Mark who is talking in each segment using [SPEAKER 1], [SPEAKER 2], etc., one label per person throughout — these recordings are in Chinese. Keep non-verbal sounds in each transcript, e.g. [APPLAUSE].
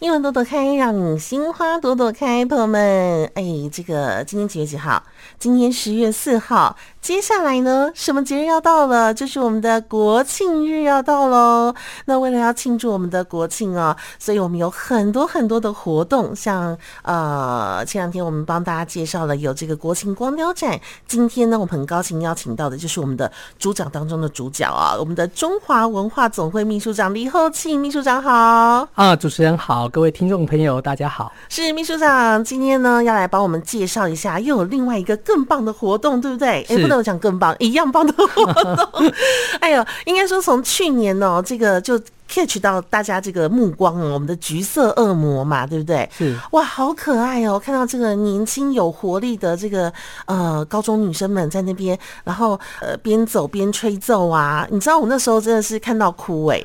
[SPEAKER 1] 英文朵朵开，让你心花朵朵开，朋友们。哎，这个今天几月几号？今天十月四号。接下来呢，什么节日要到了？就是我们的国庆日要到喽。那为了要庆祝我们的国庆哦，所以我们有很多很多的活动，像呃前两天我们帮大家介绍了有这个国庆光雕展，今天呢我们很高兴邀请到的就是我们的主讲当中的主角啊，我们的中华文化总会秘书长李厚庆秘书长好。
[SPEAKER 2] 啊，主持人好，各位听众朋友，大家好。
[SPEAKER 1] 是秘书长，今天呢要来帮我们介绍一下，又有另外一个更棒的活动，对不对？哎，
[SPEAKER 2] 是
[SPEAKER 1] 不能讲更棒，一样棒的活动。 [LAUGHS] 哎呦，应该说从去年哦，这个就 catch 到大家这个目光哦，我们的橘色恶魔嘛，对不对？
[SPEAKER 2] 是
[SPEAKER 1] 哇，好可爱哦！看到这个年轻有活力的这个呃高中女生们在那边，然后呃边走边吹奏啊，你知道我那时候真的是看到哭哎、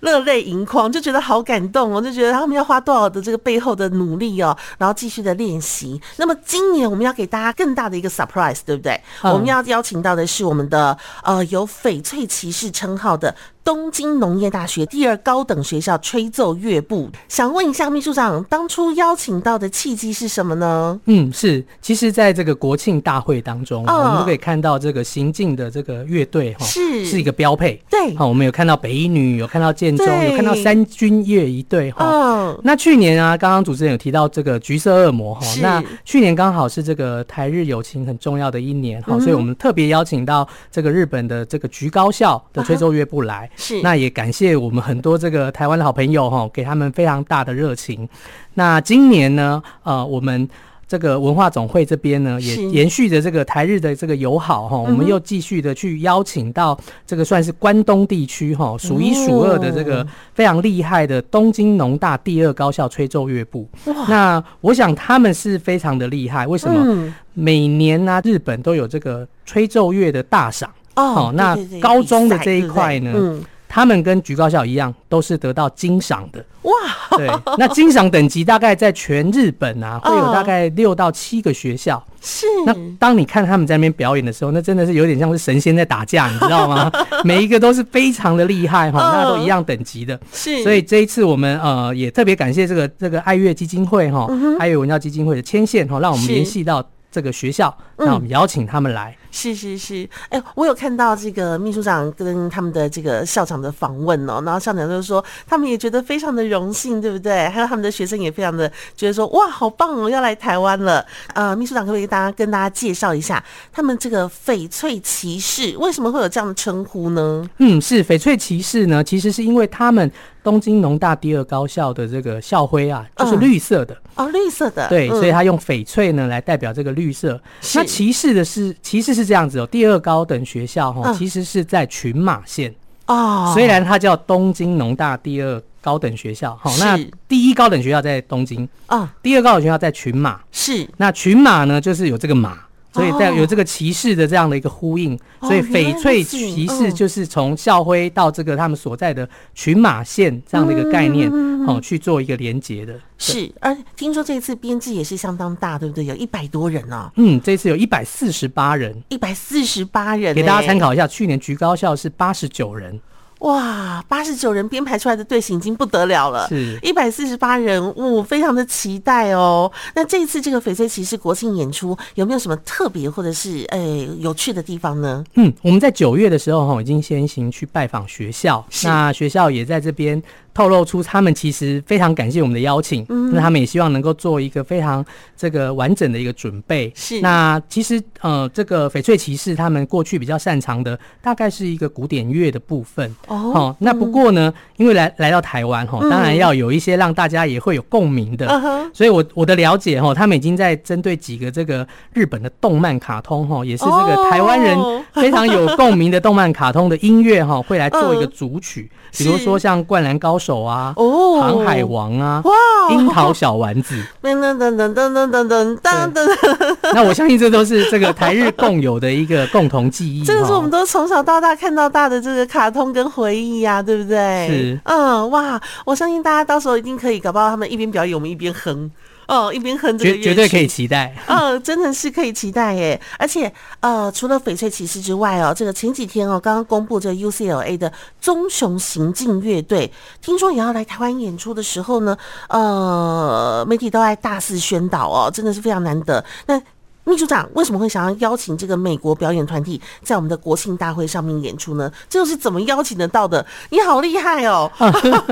[SPEAKER 1] 热泪盈眶，就觉得好感动哦，就觉得他们要花多少的这个背后的努力哦，然后继续的练习。那么今年我们要给大家更大的一个 surprise，对不对？
[SPEAKER 2] 嗯
[SPEAKER 1] 我们要邀请到的是我们的呃有翡翠骑士称号的。东京农业大学第二高等学校吹奏乐部，想问一下秘书长，当初邀请到的契机是什么呢？
[SPEAKER 2] 嗯，是。其实，在这个国庆大会当中，
[SPEAKER 1] 嗯
[SPEAKER 2] 我们都可以看到这个行进的这个乐队哈，
[SPEAKER 1] 是
[SPEAKER 2] 哦是一个标配。
[SPEAKER 1] 对，
[SPEAKER 2] 好、我们有看到北一女，有看到建中，
[SPEAKER 1] 对
[SPEAKER 2] 有看到三军乐一队哈。
[SPEAKER 1] 嗯，
[SPEAKER 2] 那去年啊，刚刚主持人有提到这个橘色恶魔哈
[SPEAKER 1] 是，
[SPEAKER 2] 那去年刚好是这个台日友情很重要的一年哈，
[SPEAKER 1] 嗯哼
[SPEAKER 2] 所以我们特别邀请到这个日本的这个橘高校
[SPEAKER 1] 嗯
[SPEAKER 2] 的吹奏乐部来，
[SPEAKER 1] 是
[SPEAKER 2] 那也感谢我们很多这个台湾的好朋友哈，给他们非常大的热情。那今年呢，呃，我们。这个文化总会这边呢，也
[SPEAKER 1] 是
[SPEAKER 2] 延续着这个台日的这个友好哈，我
[SPEAKER 1] 嗯
[SPEAKER 2] 们
[SPEAKER 1] 哼
[SPEAKER 2] 又继续的去邀请到这个算是关东地区
[SPEAKER 1] 哦
[SPEAKER 2] 哈数一数二的这个非常厉害的东京农大第二高校吹奏乐部。
[SPEAKER 1] 哇
[SPEAKER 2] 那我想他们是非常的厉害，为什么？
[SPEAKER 1] 嗯，
[SPEAKER 2] 每年呢、日本都有这个吹奏乐的大赏。
[SPEAKER 1] 哦
[SPEAKER 2] 好，那
[SPEAKER 1] 对对对
[SPEAKER 2] 高中的
[SPEAKER 1] 比赛
[SPEAKER 2] 这一
[SPEAKER 1] 对不对
[SPEAKER 2] 块呢
[SPEAKER 1] 嗯，
[SPEAKER 2] 他们跟橘高校一样，都是得到金赏的。
[SPEAKER 1] 哇，
[SPEAKER 2] [LAUGHS] 对，那金赏等级大概在全日本啊，
[SPEAKER 1] 哦
[SPEAKER 2] 会有大概六到七个学校。
[SPEAKER 1] 是
[SPEAKER 2] 那当你看他们在那边表演的时候，那真的是有点像是神仙在打架，你知
[SPEAKER 1] [LAUGHS]
[SPEAKER 2] 道吗？每一个都是非常的厉害哈，
[SPEAKER 1] 嗯
[SPEAKER 2] 大家都一样等级的。
[SPEAKER 1] 是，
[SPEAKER 2] 所以这一次我们呃也特别感谢这个这个爱乐基金会哈，爱乐文教基金会的牵线哈，让我们
[SPEAKER 1] 嗯是
[SPEAKER 2] 联系到这个学校，
[SPEAKER 1] 嗯
[SPEAKER 2] 让我们邀请他们来。
[SPEAKER 1] 是是是，哎、我有看到这个秘书长跟他们的这个校长的访问哦，然后校长就说他们也觉得非常的荣幸，对不对？还有他们的学生也非常的觉得说哇，好棒哦，要来台湾了。呃，秘书长可不可以给大家跟大家介绍一下他们这个翡翠骑士为什么会有这样的称呼呢？
[SPEAKER 2] 嗯，是翡翠骑士呢，其实是因为他们东京农大第二高校的这个校徽啊，就是
[SPEAKER 1] 嗯
[SPEAKER 2] 绿色的，
[SPEAKER 1] 哦，绿色的，
[SPEAKER 2] 对，
[SPEAKER 1] 嗯
[SPEAKER 2] 所以他用翡翠呢来代表这个绿色。
[SPEAKER 1] 是
[SPEAKER 2] 那骑士的是骑士是这样子哦，第二高等学校哈、
[SPEAKER 1] 嗯
[SPEAKER 2] 其实是在群马县，
[SPEAKER 1] 哦，
[SPEAKER 2] 虽然它叫东京农大第二高等学校，好、
[SPEAKER 1] 是
[SPEAKER 2] 那第一高等学校在东京，
[SPEAKER 1] 哦
[SPEAKER 2] 第二高等学校在群马，
[SPEAKER 1] 是
[SPEAKER 2] 那群马呢，就是有这个马，所以在
[SPEAKER 1] 哦
[SPEAKER 2] 有这个骑士的这样的一个呼应，
[SPEAKER 1] 哦
[SPEAKER 2] 所以
[SPEAKER 1] 原来
[SPEAKER 2] 翡
[SPEAKER 1] 如
[SPEAKER 2] 翠
[SPEAKER 1] 此
[SPEAKER 2] 骑
[SPEAKER 1] 嗯
[SPEAKER 2] 士就是从校徽到这个他们所在的群马县这样的一个概
[SPEAKER 1] 嗯
[SPEAKER 2] 念，哦，去做一个连接的。对，
[SPEAKER 1] 是，而听说这次编制也是相当大，对不对？有一百多人哦。
[SPEAKER 2] 嗯，这次有一百四十八人。
[SPEAKER 1] 一百四十八人、
[SPEAKER 2] 给大家
[SPEAKER 1] 哎
[SPEAKER 2] 参考一下，去年橘高校是八十九人，
[SPEAKER 1] 哇，八十九人编排出来的队形已经不得了了。
[SPEAKER 2] 是
[SPEAKER 1] 一百四十八人物，非常的期待哦。那这一次这个翡翠骑士国庆演出有没有什么特别或者是呃有趣的地方呢？
[SPEAKER 2] 嗯，我们在九月的时候哈，已经先行去拜访学校，
[SPEAKER 1] 是
[SPEAKER 2] 那学校也在这边透露出他们其实非常感谢我们的邀请，
[SPEAKER 1] 嗯
[SPEAKER 2] 那他们也希望能够做一个非常这个完整的一个准备。
[SPEAKER 1] 是
[SPEAKER 2] 那其实呃，这个翡翠骑士他们过去比较擅长的大概是一个古典乐的部分。
[SPEAKER 1] 哦，
[SPEAKER 2] 哦，那不过呢，因为来来到台湾哈，
[SPEAKER 1] 嗯
[SPEAKER 2] 当然要有一些让大家也会有共鸣的，
[SPEAKER 1] 嗯哼，
[SPEAKER 2] 所以我我的了解哈，他们已经在针对几个这个日本的动漫卡通哈，也是这
[SPEAKER 1] 哦
[SPEAKER 2] 个台湾人非常有共鸣的动漫卡通的音乐哈，会来做一个组曲，
[SPEAKER 1] 是
[SPEAKER 2] 比如说像《灌篮高手》啊，
[SPEAKER 1] 嗯哦，
[SPEAKER 2] 航海王》啊，
[SPEAKER 1] 哇，
[SPEAKER 2] 樱桃小丸
[SPEAKER 1] [LAUGHS]
[SPEAKER 2] 子》。
[SPEAKER 1] 噔噔噔噔噔噔噔噔噔，
[SPEAKER 2] 那我相信这都是这个台日共有的一个共同记忆。
[SPEAKER 1] 这个是
[SPEAKER 2] 哈
[SPEAKER 1] 我们都从小到大看到大的这个卡通跟回忆呀、对不对？
[SPEAKER 2] 是
[SPEAKER 1] 嗯，哇，我相信大家到时候一定可以，搞不好他们一边表演，我们一边哼。哦，一边哼这个
[SPEAKER 2] 绝
[SPEAKER 1] 乐
[SPEAKER 2] 绝对
[SPEAKER 1] 曲
[SPEAKER 2] 可以期待。
[SPEAKER 1] [LAUGHS] 哦，真的是可以期待耶！而且呃，除了翡翠骑士之外哦，这个前几天哦，刚刚公布这个 UCLA 的棕熊行进乐队，听说也要来台湾演出的时候呢，呃，媒体都在大肆宣导哦，真的是非常难得。那秘书长为什么会想要邀请这个美国表演团体在我们的国庆大会上面演出呢？这又是怎么邀请得到的？你好厉害哦！
[SPEAKER 2] [LAUGHS] 啊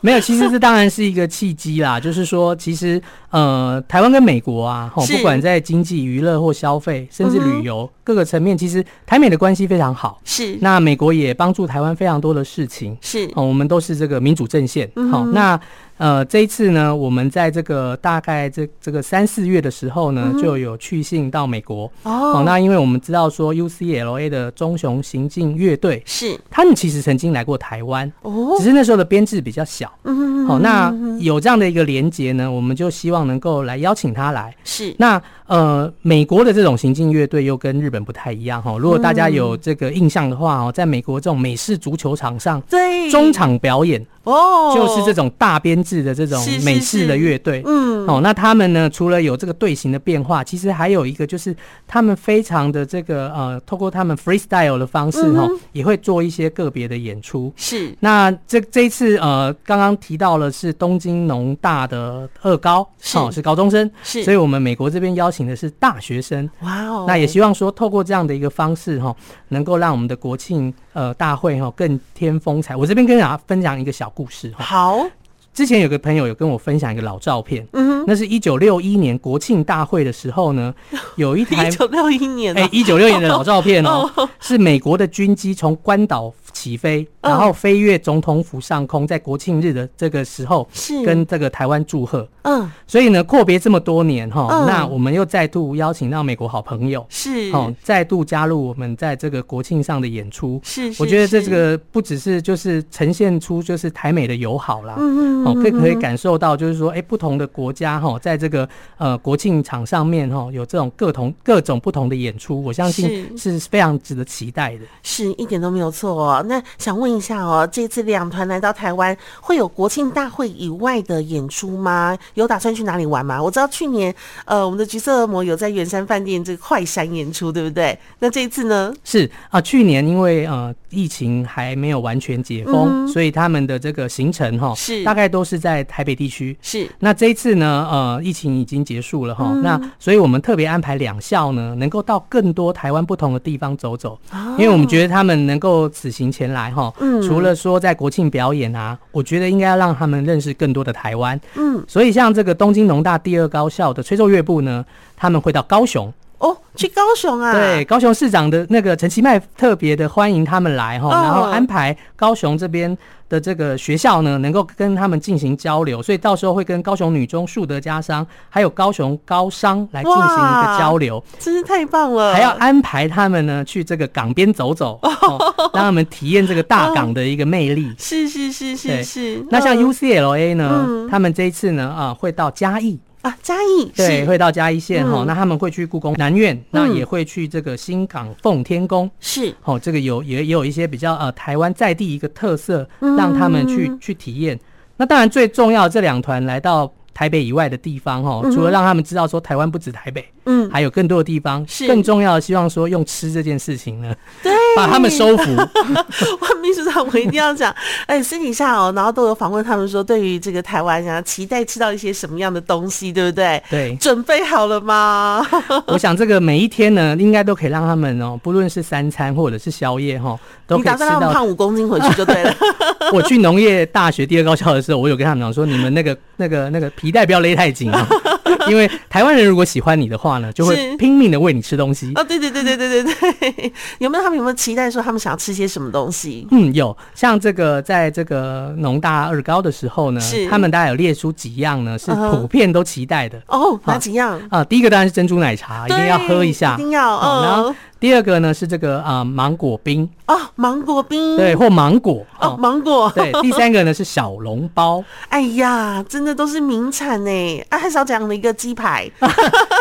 [SPEAKER 2] 没有，其实这当然是一个契机啦。就是说，其实呃，台湾跟美国啊，吼，
[SPEAKER 1] 是
[SPEAKER 2] 不管在经济、娱乐或消费，甚至
[SPEAKER 1] 嗯哼
[SPEAKER 2] 旅游、各个层面，其实台美的关系非常好。
[SPEAKER 1] 是
[SPEAKER 2] 那美国也帮助台湾非常多的事情。
[SPEAKER 1] 是
[SPEAKER 2] 哦，我们都是这个民主阵线。好、
[SPEAKER 1] 嗯哼
[SPEAKER 2] 那呃，这一次呢，我们在这个大概这这个三四月的时候呢，就有去信到美国。哦，
[SPEAKER 1] 嗯哦，
[SPEAKER 2] 那因为我们知道说 UCLA 的棕熊行进乐队，
[SPEAKER 1] 是
[SPEAKER 2] 他们其实曾经来过台湾，
[SPEAKER 1] 哦
[SPEAKER 2] 只，是那时候的编制比较小。
[SPEAKER 1] 嗯，
[SPEAKER 2] 好、那有这样的一个连结呢，我们就希望能够来邀请他来。
[SPEAKER 1] 是
[SPEAKER 2] 那呃，美国的这种行进乐队又跟日本不太一样哈、哦。如果大家
[SPEAKER 1] 嗯
[SPEAKER 2] 有这个印象的话哦，在美国这种美式足球场上，
[SPEAKER 1] 对
[SPEAKER 2] 中场表演
[SPEAKER 1] 哦，
[SPEAKER 2] 就是这种大编制的这种
[SPEAKER 1] 是是
[SPEAKER 2] 美式的乐队。
[SPEAKER 1] 嗯，
[SPEAKER 2] 哦，那他们呢？除了有这个队形的变化，其实还有一个就是他们非常的这个呃，透过他们 freestyle 的方式
[SPEAKER 1] 嗯
[SPEAKER 2] 哈、哦也会做一些个别的演出。
[SPEAKER 1] 是
[SPEAKER 2] 那这这一次呃，刚刚提到了是东京农大的二高，
[SPEAKER 1] 是
[SPEAKER 2] 哦、是高中生，
[SPEAKER 1] 是，
[SPEAKER 2] 所以我们美国这边邀请的是大学生。
[SPEAKER 1] 哇哦，
[SPEAKER 2] 那也希望说，透过这样的一个方式哈、哦，能够让我们的国庆呃大会哈、哦、更添风采。我这边跟大家分享一个小故事哈、哦，
[SPEAKER 1] 好，
[SPEAKER 2] 之前有个朋友有跟我分享一个老照片，
[SPEAKER 1] 嗯哼，
[SPEAKER 2] 那是一九六一年国庆大会的时
[SPEAKER 1] [LAUGHS]
[SPEAKER 2] 候呢，有一台
[SPEAKER 1] 一九六一年啊
[SPEAKER 2] 哎
[SPEAKER 1] 了，
[SPEAKER 2] 一九六年的老照片哦，是美国的军机从关岛起飞，
[SPEAKER 1] 嗯
[SPEAKER 2] 然后飞越总统府上空，在国庆日的这个时候
[SPEAKER 1] 是
[SPEAKER 2] 跟这个台湾祝贺。
[SPEAKER 1] 嗯
[SPEAKER 2] 所以呢，阔别这么多年哈、
[SPEAKER 1] 嗯
[SPEAKER 2] 那我们又再度邀请到美国好朋友，
[SPEAKER 1] 是
[SPEAKER 2] 哦，再度加入我们在这个国庆上的演出。
[SPEAKER 1] 是，是
[SPEAKER 2] 我觉得这
[SPEAKER 1] 是
[SPEAKER 2] 这个不只是就是呈现出就是台美的友好啦，
[SPEAKER 1] 嗯
[SPEAKER 2] 哦，
[SPEAKER 1] 嗯
[SPEAKER 2] 可以可以感受到，就是说，哎、不同的国家哈、在这个呃国庆场上面哈、有这种各同各种不同的演出，我相信是非常值得期待的。
[SPEAKER 1] 是一点都没有错哦。那想问一下哦，这次两团来到台湾，会有国庆大会以外的演出吗？有打算去哪里玩吗？我知道去年呃，我们的橘色恶魔有在圆山饭店这个快闪演出，对不对？那这一次呢？
[SPEAKER 2] 是啊、去年因为呃疫情还没有完全解封，所以他们的这个行程哈、
[SPEAKER 1] 嗯是
[SPEAKER 2] 大概都是在台北地区。
[SPEAKER 1] 是嗯
[SPEAKER 2] 那这一次呢，呃，疫情已经结束了哈，那所以我们特别安排两校呢，能够到更多台湾不同的地方走走，
[SPEAKER 1] 哦
[SPEAKER 2] 因为我们觉得他们能够此行前来哈，
[SPEAKER 1] 嗯
[SPEAKER 2] 除了说在国庆表演啊，我觉得应该要让他们认识更多的台湾，
[SPEAKER 1] 嗯，
[SPEAKER 2] 所以像这个东京农大第二高校的吹奏乐部呢，他们会到高雄，
[SPEAKER 1] 哦，去高雄啊？
[SPEAKER 2] 对，，高雄市长的那个陈其迈特别的欢迎他们来哈，
[SPEAKER 1] 哦
[SPEAKER 2] 然后安排高雄这边的这个学校呢，能够跟他们进行交流，所以到时候会跟高雄女中、树德家商，还有高雄高商来进行一个
[SPEAKER 1] 哇
[SPEAKER 2] 交流，
[SPEAKER 1] 真是太棒了！
[SPEAKER 2] 还要安排他们呢去这个港边走
[SPEAKER 1] [LAUGHS]
[SPEAKER 2] 走，哦让他们体验这个大港的一个魅力。
[SPEAKER 1] 是是是是
[SPEAKER 2] 对
[SPEAKER 1] 是，
[SPEAKER 2] 那像
[SPEAKER 1] 嗯
[SPEAKER 2] UCLA 呢
[SPEAKER 1] 嗯，
[SPEAKER 2] 他们这一次呢啊会到嘉义，
[SPEAKER 1] 啊嘉义
[SPEAKER 2] 对，
[SPEAKER 1] 是
[SPEAKER 2] 会到嘉义县哈，
[SPEAKER 1] 嗯
[SPEAKER 2] 那他们会去故宫南院，那
[SPEAKER 1] 嗯
[SPEAKER 2] 也会去这个新港奉天宫。
[SPEAKER 1] 是
[SPEAKER 2] 哦，这个有也也有一些比较呃台湾在地一个特色，让他们去、
[SPEAKER 1] 嗯
[SPEAKER 2] 去体验。那当然最重要，这两团来到台北以外的地方哦，除了让他们知道说台湾不止台北，
[SPEAKER 1] 嗯，
[SPEAKER 2] 还有更多的地方。
[SPEAKER 1] 是
[SPEAKER 2] 更重要的，希望说用吃这件事情呢，
[SPEAKER 1] 对，
[SPEAKER 2] 把他
[SPEAKER 1] [LAUGHS]
[SPEAKER 2] 们收服。
[SPEAKER 1] 万秘书长， [LAUGHS] 我一定要讲，哎，私底下哦，然后都有访问他们说，对于这个台湾啊，期待吃到一些什么样的东西，对不对？
[SPEAKER 2] 对，
[SPEAKER 1] 准备好了吗？
[SPEAKER 2] 我想这个每一天呢，应该都可以让他们哦，不论是三餐或者是宵夜哈、哦，都
[SPEAKER 1] 你
[SPEAKER 2] 可
[SPEAKER 1] 打
[SPEAKER 2] 以吃
[SPEAKER 1] 算让他们
[SPEAKER 2] 到。
[SPEAKER 1] 胖五公斤回去就对了。 [LAUGHS]
[SPEAKER 2] [LAUGHS] 我去农业大学第二高校的时候，我有跟他们讲说，你们那个 [LAUGHS] 那个那个皮带不要勒太紧啊， [LAUGHS] 因为台湾人如果喜欢你的话呢，就会
[SPEAKER 1] 是
[SPEAKER 2] 拼命的喂你吃东西。
[SPEAKER 1] 哦，对对对对对对对，有没有他们有没有期待说他们想要吃些什么东西？
[SPEAKER 2] 嗯，有像这个，在这个农大二高的时候呢
[SPEAKER 1] 是，
[SPEAKER 2] 他们大概有列出几样呢，是
[SPEAKER 1] 嗯哼
[SPEAKER 2] 普遍都期待的。
[SPEAKER 1] 哦，哪
[SPEAKER 2] 好
[SPEAKER 1] 几样？
[SPEAKER 2] 啊啊，第一个当然是珍珠奶茶，一定要喝一下。
[SPEAKER 1] 对一定要。
[SPEAKER 2] 好然后
[SPEAKER 1] 嗯，
[SPEAKER 2] 第第二个呢是这个啊、呃芒果冰，
[SPEAKER 1] 哦，芒果冰，
[SPEAKER 2] 对，，或芒果
[SPEAKER 1] 哦，芒果，
[SPEAKER 2] 对，第三个呢是小笼包，
[SPEAKER 1] 哎呀，真的都是名产呢。啊，还少讲了一个鸡排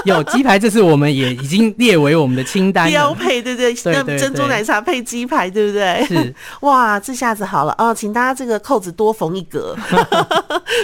[SPEAKER 2] 有鸡排，这次我们也已经列为我们的清
[SPEAKER 1] [LAUGHS]
[SPEAKER 2] 单
[SPEAKER 1] 标
[SPEAKER 2] 了。
[SPEAKER 1] 配，对不对？
[SPEAKER 2] 对
[SPEAKER 1] 那
[SPEAKER 2] 对
[SPEAKER 1] 珍珠
[SPEAKER 2] 对
[SPEAKER 1] 奶茶配鸡排，对不对？
[SPEAKER 2] 是，
[SPEAKER 1] [LAUGHS] 哇，这下子好了哦，请大家这个扣子多缝一
[SPEAKER 2] [LAUGHS]
[SPEAKER 1] 格， [LAUGHS]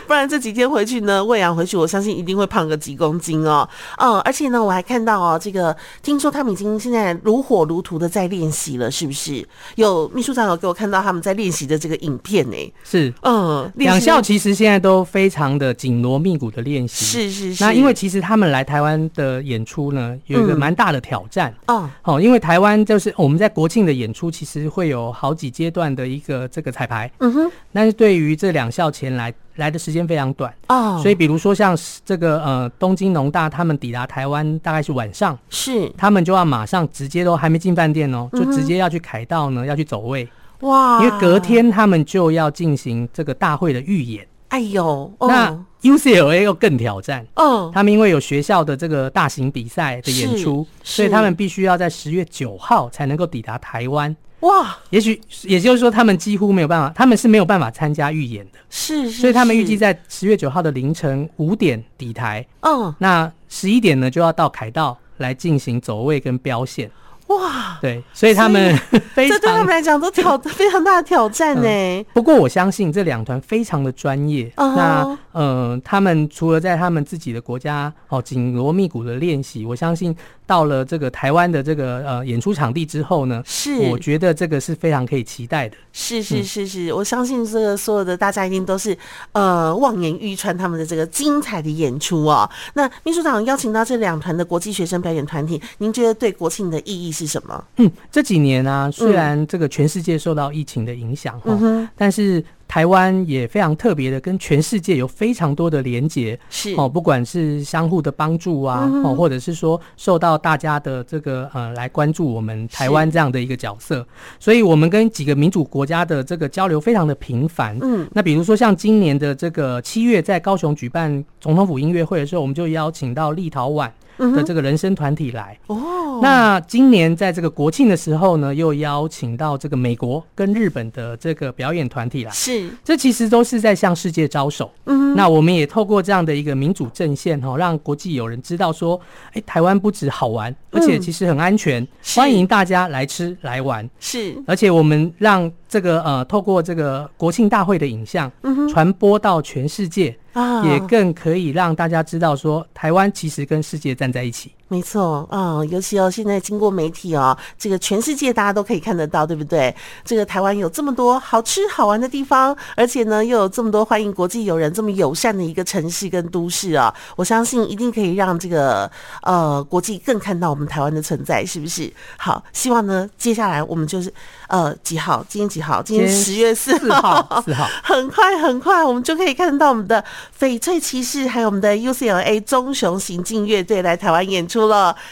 [SPEAKER 1] 不然这几天回去呢，喂养回去，我相信一定会胖个几公斤哦。嗯，而且呢，我还看到哦，这个听说他们已经现在如火如荼的在练习了，是不是？有秘书长有给我看到他们在练习的这个影片呢。
[SPEAKER 2] 是，
[SPEAKER 1] 嗯，练
[SPEAKER 2] 两
[SPEAKER 1] 习的
[SPEAKER 2] 校其实现在都非常的紧锣密鼓的练习。。
[SPEAKER 1] 是是是，
[SPEAKER 2] 那因为其实他们来台湾的演出呢，有一个
[SPEAKER 1] 嗯
[SPEAKER 2] 蛮大的挑战。
[SPEAKER 1] 哦，
[SPEAKER 2] 哦，因为台湾就是我们在国庆的演出，其实会有好几阶段的一个这个彩排，
[SPEAKER 1] 嗯哼，
[SPEAKER 2] 但是对于这两校前来来的时间非常短，
[SPEAKER 1] 哦，
[SPEAKER 2] 所
[SPEAKER 1] 以
[SPEAKER 2] 以比如说像是这个呃东京农大，他们抵达台湾大概是晚上，
[SPEAKER 1] 是
[SPEAKER 2] 他们就要马上直接都还没进饭店哦，
[SPEAKER 1] 嗯
[SPEAKER 2] 就直接要去凯道呢，要去走位，
[SPEAKER 1] 哇，
[SPEAKER 2] 因为隔，天他们就要进行这个大会的预演。
[SPEAKER 1] 哎呦，哦、
[SPEAKER 2] 那 UCLA 又更挑战，
[SPEAKER 1] 嗯，
[SPEAKER 2] 他们因为有学校的这个大型比赛的演出，
[SPEAKER 1] 是
[SPEAKER 2] 所以他们必须要在十月九号才能够抵达台湾。
[SPEAKER 1] 哇，
[SPEAKER 2] 也许也就是说，他们几乎没有办法，他们是没有办法参加预演的，
[SPEAKER 1] 是是，
[SPEAKER 2] 所以他们预计
[SPEAKER 1] 嗯是，
[SPEAKER 2] 在十月九号的凌晨五点抵台，
[SPEAKER 1] 嗯，
[SPEAKER 2] 那十一点呢就要到凯道来进行走位跟标线。
[SPEAKER 1] 哇，
[SPEAKER 2] 对，所以他们 [LAUGHS] 非
[SPEAKER 1] 这对他
[SPEAKER 2] 常嗯
[SPEAKER 1] 们。来讲都挑非常大的挑战呢、
[SPEAKER 2] 不过我相信这两团非常的专业。
[SPEAKER 1] 哦
[SPEAKER 2] 那呃，他们除了在他们自己的国家哦紧锣密鼓的练习，我相信到了这个台湾的这个呃演出场地之后呢，
[SPEAKER 1] 是，
[SPEAKER 2] 我觉嗯得这个是非常可以期待的。
[SPEAKER 1] 是是是是，我相信这个所有的大家一定都是呃望眼欲穿他们的这个精彩的演出哦。那秘书长邀请到这两团的国际学生表演团体，您觉得对国庆的意义是什么？
[SPEAKER 2] 嗯，这几年啊，虽然这个全世界受到疫情的影响哈，
[SPEAKER 1] 嗯哼，
[SPEAKER 2] 但是台湾也非常特别的跟全世界有非常多的连结。
[SPEAKER 1] 是嗯
[SPEAKER 2] 哦，不管是相互的帮助啊，哦，或者是说受到大家的这个呃来关注我们台湾这样的一个角色，所以我们跟几个民主国家的这个交流非常的频繁。
[SPEAKER 1] 嗯，
[SPEAKER 2] 那比如说像今年的这个七月在高雄举办总统府音乐会的时候，我们就邀请到立陶宛的这个人声团体来。
[SPEAKER 1] 嗯哦，
[SPEAKER 2] 那今年在这个国庆的时候呢，又邀请到这个美国跟日本的这个表演团体来。
[SPEAKER 1] 是
[SPEAKER 2] 这其实都是在向世界招手。嗯，那我们也透过这样的一个民主阵线哈、哦，让国际友人知道说，哎，台湾不止好玩，而且其实很安全，
[SPEAKER 1] 嗯是
[SPEAKER 2] 欢迎大家来吃来玩。
[SPEAKER 1] 是，
[SPEAKER 2] 而且我们让这个呃，透过这个国庆大会的影像、传播到全世界，
[SPEAKER 1] 嗯啊，
[SPEAKER 2] 也更可以让大家知道说，台湾其实跟世界站在一起。
[SPEAKER 1] 没错啊、尤其哦，现在经过媒体哦，这个全世界大家都可以看得到，对不对？这个台湾有这么多好吃好玩的地方，而且呢又有这么多欢迎国际友人这么友善的一个城市跟都市啊、我相信一定可以让这个呃国际更看到我们台湾的存在，是不是？好，希望呢接下来我们就是呃几号？今天几号？今天
[SPEAKER 2] 今天
[SPEAKER 1] 十月四
[SPEAKER 2] 四
[SPEAKER 1] [LAUGHS]
[SPEAKER 2] 号，四号。
[SPEAKER 1] 很快很快，我们就可以看到我们的翡翠骑士，还有我们的 UCLA 棕熊行进乐队来台湾演出了。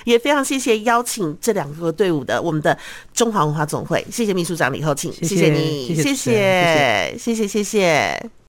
[SPEAKER 1] 也非常谢谢邀请这两个队伍的我们的中华文化总会，谢谢秘书长李厚庆，
[SPEAKER 2] 谢谢
[SPEAKER 1] 你，
[SPEAKER 2] 谢谢
[SPEAKER 1] 谢
[SPEAKER 2] 主持人
[SPEAKER 1] 谢谢谢谢谢。